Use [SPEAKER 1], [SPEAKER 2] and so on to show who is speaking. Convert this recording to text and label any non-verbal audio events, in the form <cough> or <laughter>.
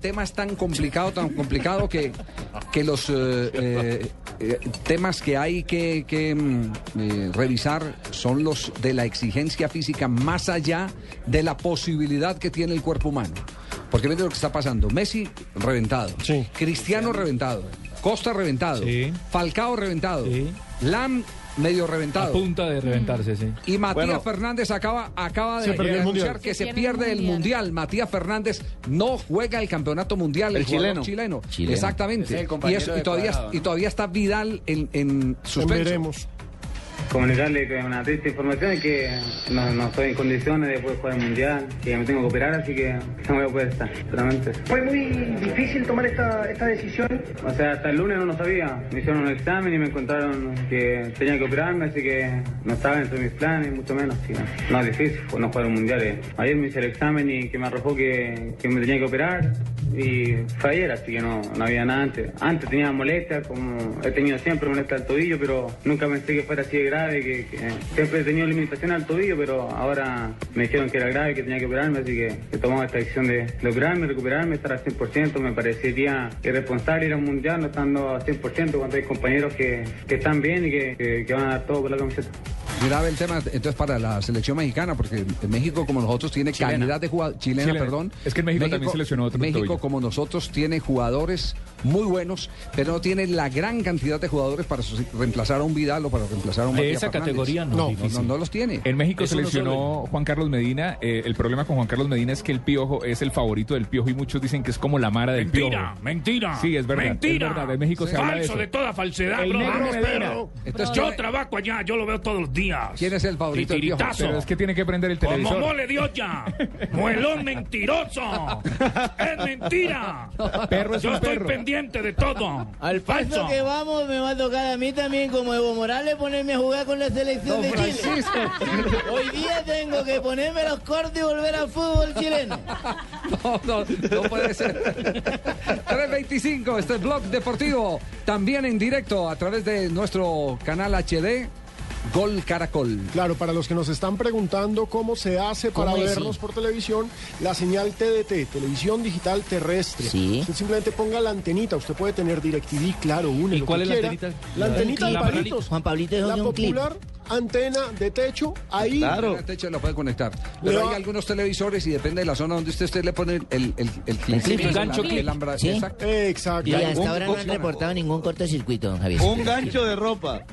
[SPEAKER 1] temas tan complicado, tan complicado que, que los eh, eh, eh, temas que hay que, que, mm, eh, revisar son los de la exigencia física más allá de la posibilidad que tiene el cuerpo humano. Porque mire lo que está pasando. Messi reventado. Cristiano reventado. Costa reventado.
[SPEAKER 2] Sí.
[SPEAKER 1] Falcao reventado.
[SPEAKER 2] Sí.
[SPEAKER 1] Lam medio
[SPEAKER 2] A
[SPEAKER 1] reventado.
[SPEAKER 2] punta de reventarse, sí.
[SPEAKER 1] Y Matías
[SPEAKER 3] Bueno.
[SPEAKER 1] Fernández acaba, acaba de
[SPEAKER 3] Se perdió el
[SPEAKER 1] anunciar
[SPEAKER 3] Mundial.
[SPEAKER 1] que se,
[SPEAKER 4] Se
[SPEAKER 1] pierde
[SPEAKER 4] pierde el
[SPEAKER 1] el mundial. Matías Fernández no juega el campeonato mundial.
[SPEAKER 3] El
[SPEAKER 1] jugador
[SPEAKER 3] chileno.
[SPEAKER 5] Chileno.
[SPEAKER 1] Exactamente.
[SPEAKER 3] Es el
[SPEAKER 1] y,
[SPEAKER 3] compañero
[SPEAKER 1] eso- y
[SPEAKER 3] de
[SPEAKER 1] todavía,
[SPEAKER 3] Cuadrado, ¿no?
[SPEAKER 1] y todavía está Vidal en, en suspenso.
[SPEAKER 3] Veremos.
[SPEAKER 6] comunicarle que una triste información es que no, no estoy en condiciones de poder jugar el mundial, que me tengo que operar, así que no voy a poder estar, solamente.
[SPEAKER 7] Fue muy difícil tomar esta, esta decisión.
[SPEAKER 6] O sea, hasta el lunes no lo sabía. Me hicieron un examen y me encontraron que tenía que operarme, así que no estaba dentro de mis planes, mucho menos. así que no es difícil fue no jugar el mundial. eh. Ayer me hice el examen y que me arrojó que, que me tenía que operar. Y fue ayer, así que no, no había nada antes. Antes tenía molestias, como he tenido siempre molestias al tobillo, pero nunca pensé que fuera así de grave. Que, que siempre he tenido limitación al tobillo, pero ahora me dijeron que era grave, que tenía que operarme, así que he tomado esta decisión de, de operarme, recuperarme, estar al 100%. Me parecería irresponsable ir a un mundial no estando al 100% cuando hay compañeros que, que están bien y que, que- que van a dar todo por la camiseta.
[SPEAKER 1] Grave el tema entonces para la selección mexicana, porque México, como nosotros, tiene
[SPEAKER 2] Chilena.
[SPEAKER 1] calidad de jugadores. Chilena,
[SPEAKER 2] Chilena.
[SPEAKER 1] perdón.
[SPEAKER 2] Es que en México también se lesionó otro
[SPEAKER 1] México,
[SPEAKER 2] tobillo.
[SPEAKER 1] como nosotros, tiene jugadores muy buenos, pero no tiene la gran cantidad de jugadores para su- reemplazar a un Vidal o para reemplazar a un
[SPEAKER 2] De
[SPEAKER 1] Matías
[SPEAKER 2] esa
[SPEAKER 1] Fernández.
[SPEAKER 2] categoría no,
[SPEAKER 1] No,
[SPEAKER 2] difícil.
[SPEAKER 1] no, no los tiene.
[SPEAKER 2] En México
[SPEAKER 1] Es
[SPEAKER 2] se
[SPEAKER 1] uno solo.
[SPEAKER 2] lesionó Juan Carlos Medina. Eh, el problema con Juan Carlos Medina es que el piojo es el favorito del piojo y muchos dicen que es como la mara del
[SPEAKER 8] Mentira,
[SPEAKER 2] piojo.
[SPEAKER 8] mentira.
[SPEAKER 2] Sí, es verdad,
[SPEAKER 8] Mentira.
[SPEAKER 2] es verdad, en México se
[SPEAKER 8] Falso
[SPEAKER 2] habla de eso.
[SPEAKER 8] toda falsedad,
[SPEAKER 2] El
[SPEAKER 8] bro.
[SPEAKER 2] negro
[SPEAKER 8] Vamos,
[SPEAKER 2] Medina.
[SPEAKER 8] perro.
[SPEAKER 1] Entonces,
[SPEAKER 8] yo
[SPEAKER 1] ¿quién-
[SPEAKER 8] trabajo allá, yo lo veo todos los días.
[SPEAKER 1] ¿Quién es el favorito del Piojo?
[SPEAKER 8] Titiritazo.
[SPEAKER 2] Pero es que tiene que prender el
[SPEAKER 8] Como
[SPEAKER 2] televisor.
[SPEAKER 8] mole de
[SPEAKER 2] <laughs>
[SPEAKER 8] olla. Muelón mentiroso. Es mentira.
[SPEAKER 2] Perro es
[SPEAKER 8] yo
[SPEAKER 2] un
[SPEAKER 8] estoy
[SPEAKER 2] perro.
[SPEAKER 8] pendiente de todo.
[SPEAKER 7] Al paso
[SPEAKER 8] Falso.
[SPEAKER 7] que vamos, me va a tocar a mí también, como Evo Morales, ponerme a jugar con la selección de Chile. Hoy día tengo que ponerme los cortes y volver al fútbol chileno.
[SPEAKER 1] No, no, no puede ser. <laughs> 325, este es Blog Deportivo. También en directo a través de nuestro canal HD, Gol Caracol.
[SPEAKER 3] Claro, para los que nos están preguntando cómo se hace para
[SPEAKER 9] ¿Cómo es?
[SPEAKER 3] vernos por televisión, la señal TDT, televisión digital terrestre.
[SPEAKER 5] Sí.
[SPEAKER 3] Usted simplemente ponga la antenita, usted puede tener DirecTV, claro, une.
[SPEAKER 2] ¿Y
[SPEAKER 3] lo
[SPEAKER 2] cuál
[SPEAKER 3] que
[SPEAKER 2] es la
[SPEAKER 3] quiera.
[SPEAKER 2] antenita?
[SPEAKER 3] La antenita de
[SPEAKER 2] La
[SPEAKER 3] palitos.
[SPEAKER 7] Juan Pablito es
[SPEAKER 3] La
[SPEAKER 7] de un clip.
[SPEAKER 3] popular antena de techo, ahí.
[SPEAKER 5] Claro.
[SPEAKER 1] El techo Este lo puede conectar. Pero
[SPEAKER 3] Le va-
[SPEAKER 1] hay algunos televisores y depende de la zona donde usted, usted le pone el, el, el, el clipcito,
[SPEAKER 2] clip, gancho
[SPEAKER 1] la-
[SPEAKER 2] clip.
[SPEAKER 1] el ambra-
[SPEAKER 9] Sí.
[SPEAKER 1] Exacto.
[SPEAKER 3] Exacto.
[SPEAKER 9] Y
[SPEAKER 3] Un-
[SPEAKER 9] hasta ahora no han
[SPEAKER 1] funciona.
[SPEAKER 9] reportado ningún cortocircuito, don Javier.
[SPEAKER 5] Un gancho de ropa.